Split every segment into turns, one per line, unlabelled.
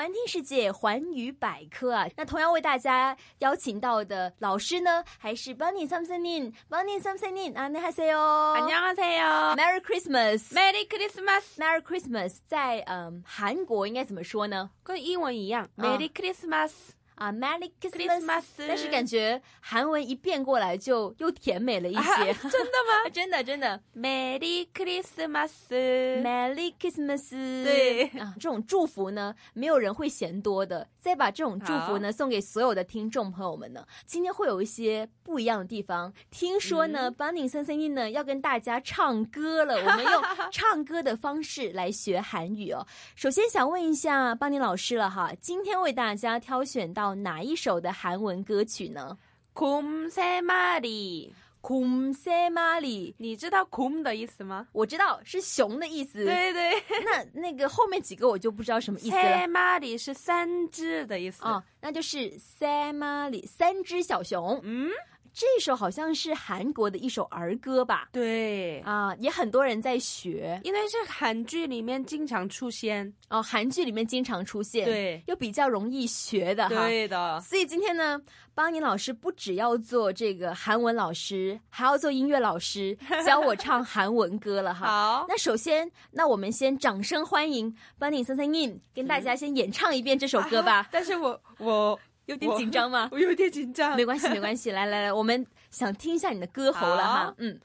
环听世界，环宇百科啊。那同样为大家邀请到的老师呢，还是 Bunny Samsonin。Bunny Samsonin，안녕하세요。 啊
안녕하세요.
Merry Christmas。
메리 크리스마스.
Merry Christmas，在嗯韩国应该怎么说呢？
跟英文一样，Merry Christmas。
啊，Merry
Christmas
Christmas。但是感觉韩文一变过来就又甜美了一些。
啊真的吗
真的，真的
？Merry Christmas。
，Merry Christmas。
对
啊，这种祝福呢，没有人会嫌多的。再把这种祝福呢送给所有的听众朋友们呢，今天会有一些不一样的地方。听说呢、b u n n y 森森音呢要跟大家唱歌了，我们用唱歌的方式来学韩语哦。首先想问一下邦尼老师了哈，今天为大家挑选到哪一首的韩文歌曲呢？
곰세 마리。
곰세마리，
你知道 “곰” 的意思吗？
我知道是熊的意思。
对对，
那那个后面几个我就不知道什么意思了
네. 세。 마리 是三只的意思。
哦，那就是塞马里三只小熊。
嗯，
这首好像是韩国的一首儿歌吧？
对，
啊，也很多人在学
因为是韩剧里面经常出现。
哦，韩剧里面经常出现，
对
又比较容易学的哈。
对的，
所以今天呢，邦尼老师不只要做这个韩文老师，还要做音乐老师，教我唱韩文歌了哈。
好，
那首先，那我们先掌声欢迎邦尼森森 in，跟大家先演唱一遍这首歌吧。
嗯啊但是我我
有点
我
紧张吗？
我有点紧 张
没。关系，没关系。来来来，我们想听一下你的歌喉了哈
好。
嗯，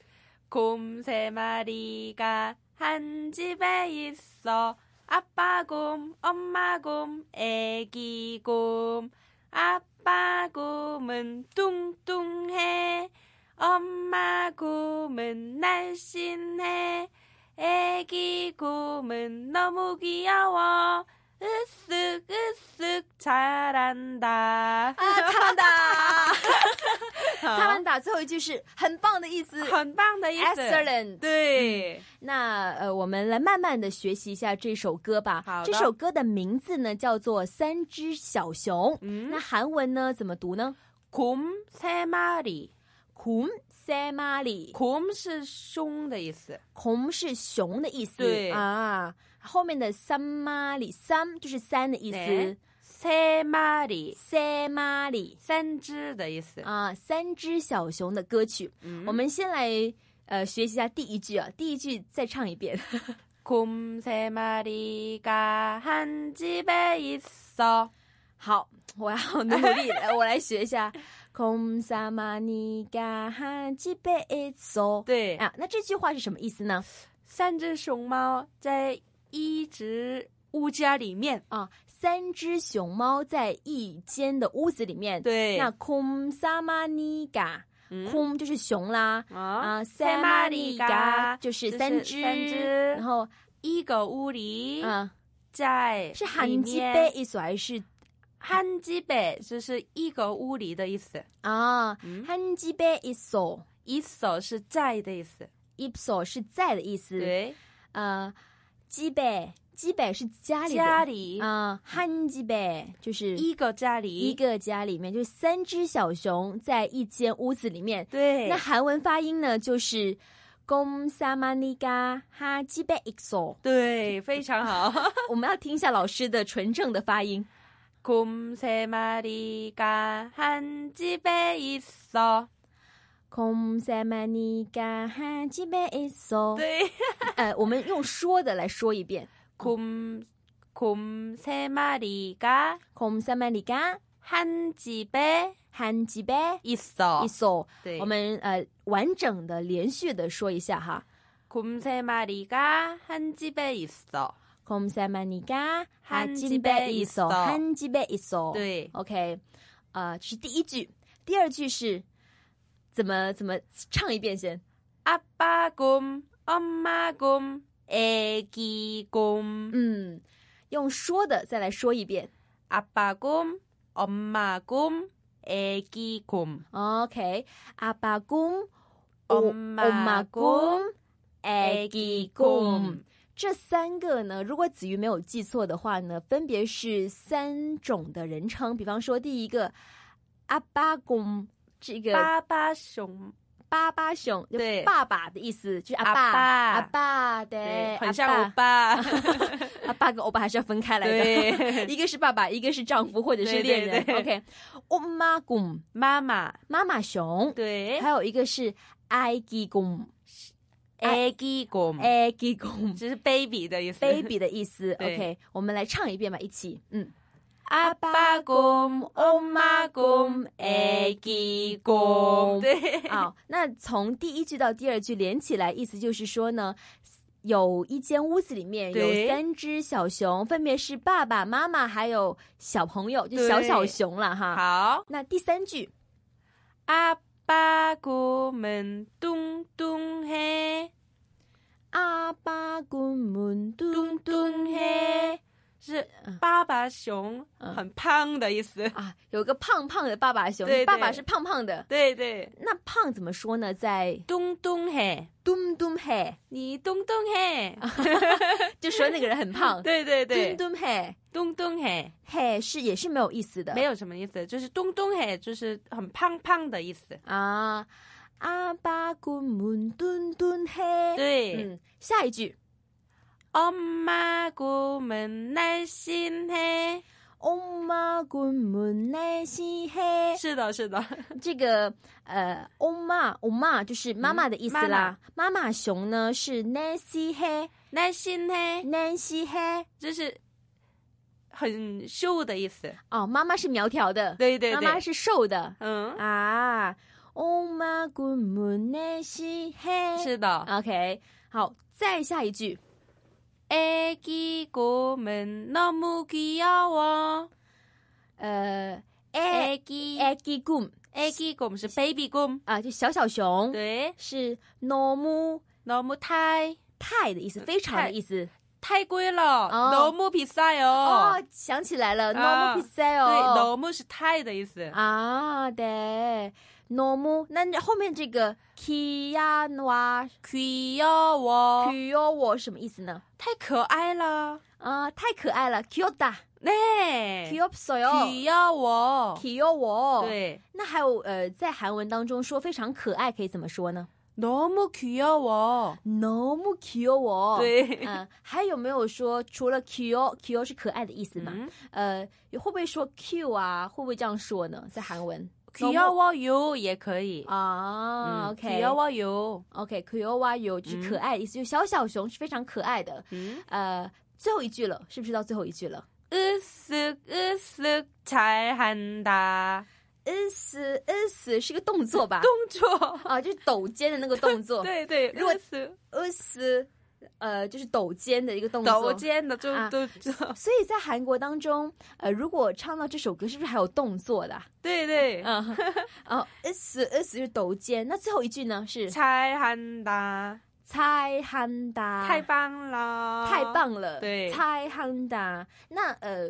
곰세 마리가 한 집에 있어 아빠 곰, 엄마 곰, 애기 곰 아빠 곰은 뚱뚱해 엄마 곰은 날씬해 애기 곰은 너무 귀여워 으쓱 으쓱 잘한다
啊，擦曼达， 擦
好
曼达，最后一句是很棒的意思
很棒的意思
，excellent。
对。
那呃，我们来慢慢的学习一下这首歌吧。
好的
这首歌的名字呢叫做《三只小熊》，
嗯
那韩文呢怎么读呢？
곰 세 마리.
곰세마리，
곰是凶的意思，
곰是熊的意思，
对
啊，后面的三마리，三就是三的意思
네，세 마리
세마리
三只的意思。
啊，三只小熊的歌曲，
嗯
我们先来呃学习一下第一句啊，第一句再唱一 遍。
곰 세 마리가 한 집에 있어.
好，我要努努力， 来我来学一下。곰사마니가한집에있어
对，
啊，那这句话是什么意思呢？
三只熊猫在一只乌家里面。
啊，三只熊猫在一间的屋子里面。，
对，
那곰사마니가，
嗯
곰就是熊啦，
啊，
啊，
세
사마니가
마리가
就是
就是
三只，
三只
然后
一个屋里
嗯，
在
是
里
한집에
面
있어还是
한집에就是一个屋里的意思。
啊，
嗯
한집에있어，
있어 是在的意思。
있어是在的意思。
对，
呃，집에 집에是家里的
家里
啊，한집에就是
一个家里
一个家里面，就是三只小熊在一间屋子里面。
对，
那韩文发音呢，就是곰사마니가한집에있어。
对非常好。
我们要听一下老师的纯正的发音。
곰세 마리가 한 집에 있어。
곰사마니가한집에있어。
对，
呃，我们用说的来说一遍。
곰 곰세 마리가
곰사마니가
한 집에
한집에
있어。
있어。
对，
我们呃完整的、连续的说一下哈。
곰세 마리가 한 집에 있어。
곰사마니가한
한
집에
집에
있어，
있어
한집에있어。
对，
，OK，呃，这是第一句，第二句是怎么怎么唱一遍先？
아빠 곰 엄마 곰 애기 곰
嗯，用说的再来说一遍。
아빠 곰 엄마 곰 애기 곰
OK，阿爸公，
엄마 곰，
애기公。这三个呢，如果子瑜没有记错的话呢，分别是三种的人 네. 称。比方说，第一个阿爸公，这个
巴巴熊，
爸爸熊，就
对
爸爸的意思，就是阿
阿
爸，
爸
阿爸，对，
对，
阿
很像欧
爸，
巴，
阿爸跟欧巴还是要分开来的，
对，
一个是爸爸，一个是丈夫或者是
对
恋
对
人。
对
OK，欧妈公
妈妈，
妈妈熊，
对
还有一个是埃及公，
a g g o
埃及 公
就是 baby 的意思。
baby 的意思。
对
OK，我们来唱一遍吧，一起， 嗯。
阿爸公，欧妈公，a g g o 对，
啊、那从第一句到第二句连起来，意思就是说呢。有一间屋子里面有
对
三只小熊，分别是爸爸妈妈还有小朋友，就小
对
小熊了哈。
好。
那第三句，
阿爸公们咚咚嘿，
阿巴滚门嘟
咚咚嘿，是爸爸熊
嗯
很胖的意思。
啊，有个胖胖的爸爸熊，
对对
爸爸是胖胖的。
对对，
那胖怎么说呢？在
咚咚嘿，
咚咚嘿，
你咚咚嘿，
就说那个人很胖。
对对对
咚，咚嘿，
咚咚嘿，
嘿是也是没有意思的。
没有什么意思，就是咚咚嘿，就是很胖胖的意思。
啊，阿巴古门墩墩嘿。，
对，
嗯，下一句，
네. 엄마고은날씬해。
엄마군문내시嘿。
是的，是的，
这个呃，엄마 엄마就是妈妈的意思
嗯
啦。妈妈熊呢是내시嘿，
날씬해
내시嘿。
就是很瘦的意思。
哦，妈妈是苗条的，
对对
妈妈
对，
是瘦的
嗯，
啊。엄마군문내시嘿。
是的。
OK，好，再下一句。
애기 곰은 너무 귀여워.
呃，哎
애기
哎기꿈
애기 곰是 baby 곰.
啊，就小小熊。
对
是 너무
네. 너무 타이
太的意思，非常的意思。哦
타이고일러
어.
너무 비싸요.
哦，想起来了，너무
啊对
비싸요。
너무 是 타이 的意思。
啊，对，너무。那这后面这个 kiyanwa
귀여워
kyowo 什么意思呢？
太可爱了.
啊，太可爱了，kyota
네.
kyopsoyo
귀여워. 네.
kyowo。，
对.
那还有呃，在韩文当中说非常可爱可以怎么说呢
너무 귀여워. 네.
？너무 kyowo。。
对.
嗯，还有没有说除了 kyo kyo 是可爱的意思嘛？
음.
呃，会不会说 Q 啊？会不会这样说呢？在韩文
귀여워요 也可以. 아,
啊、o k
귀여워요.
OK Q 啊有就是可爱的意思，就小小熊是非常可爱的。
음.
呃，最后一句了，是不是到最后一句了？
으쓱 으쓱 잘한다.
嗯死嗯死是个动作
아.
吧？
동조.
啊，就是抖肩的那个动 作。
对对，
如果
是
嗯死，呃，就是抖肩的一个动作。
抖肩的就
啊
都知道，
所以在韩国当中，呃，如果唱到这首歌，是不是还有动作的啊？
对对，
嗯， 哦，嗯死嗯死是抖肩，那最后一句呢是
잘한다，
猜憨达，
太棒了，
太，棒了，
对
猜憨达。那呃，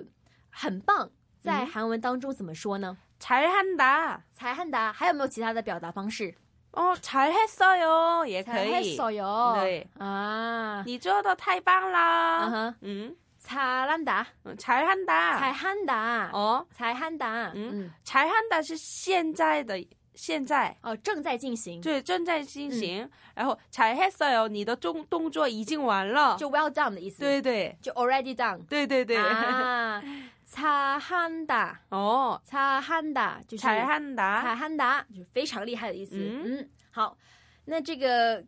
很棒，在
嗯
韩文当中怎么说呢？
잘한다，
才憨达，还有没有其他的表达方式？
哦，잘했어요也可
才
以，
手哟，
对
啊，
你做的太棒
啊
啦，
哈，
嗯，
才憨达，
嗯잘한
才
다，
憨达，
哦，
才憨达，
嗯
嗯，
잘한다是现在的现在。
哦，正在进行，
对，正在进行。然后잘했어요，你的动动作已经完了。
就 well done 的意思，，
对对
就 already done，
对对对。
啊，才憨达，
哦，
才憨达，就是
잘한
彩
다，
汉达就是非常厉害的意思。嗯
啊嗯
好，那这个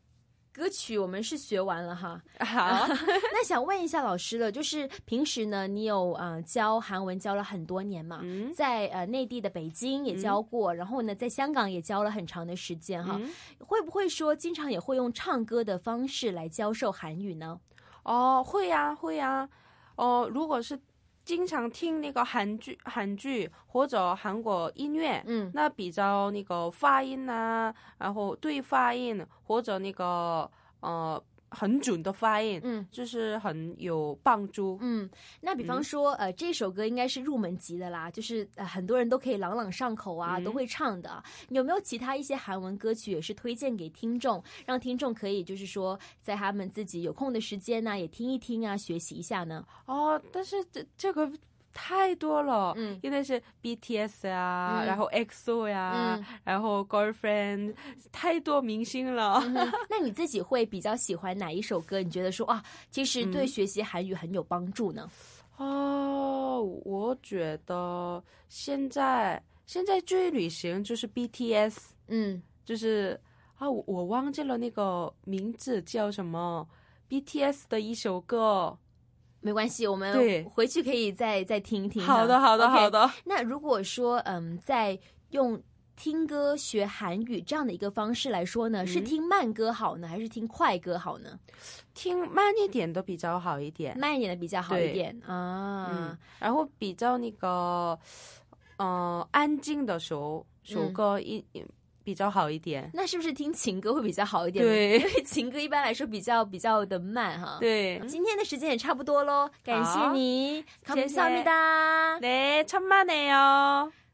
歌曲我们是学完了 哈。
好，
那想问一下老师了，就是平时呢，你有呃教韩文教了很多年嘛？
嗯。
在呃内地的北京也教过，然后呢，在香港也教了很长的时间哈。
嗯
会不会说经常也会用唱歌的方式来教授韩语呢？
哦，会呀、会呀、哦，如果是经常听那个韩剧、韩剧或者韩国音乐，
嗯
那比较那个发音啊，然后对发音或者那个呃很准的发音，
嗯
就是很有帮助。
嗯，那比方说，呃，这首歌应该是入门级的啦，就是、呃、很多人都可以朗朗上口啊，
嗯
都会唱的啊。有没有其他一些韩文歌曲也是推荐给听众，让听众可以就是说，在他们自己有空的时间呢、也听一听啊，学习一下呢？
哦，但是这这个太多了，
嗯
因为是 BTS 啊，
嗯
然后 EXO 呀、
嗯
然后 Girlfriend，太多明星了。
嗯那你自己会比较喜欢哪一首歌？你觉得说啊，其实对
嗯
学习韩语很有帮助呢？
哦，我觉得现在现在最流行就是 BTS，
嗯
就是啊，我我忘记了那个名字叫什么，BTS 的一首歌。
没关系，我
对
们回去可以再再听一听哈。
好的，好的，
OK
好。的。
那如果说嗯，在用听歌学韩语这样的一个方式来说呢，是
嗯
听慢歌好呢，还是听快歌好呢？
听慢一点的比较好一点。
慢一点的比较好一
对
点啊
嗯。，然后比较那个，呃，安静的首首
嗯
歌一、比较好一点。
那是不是听情歌会比较好一点呢？
对
因为情歌一般来说比较比较的慢哈。。嗯
对，
今天的时间也差不多喽，感谢
好
你，
谢谢
감사합니다
네천만에요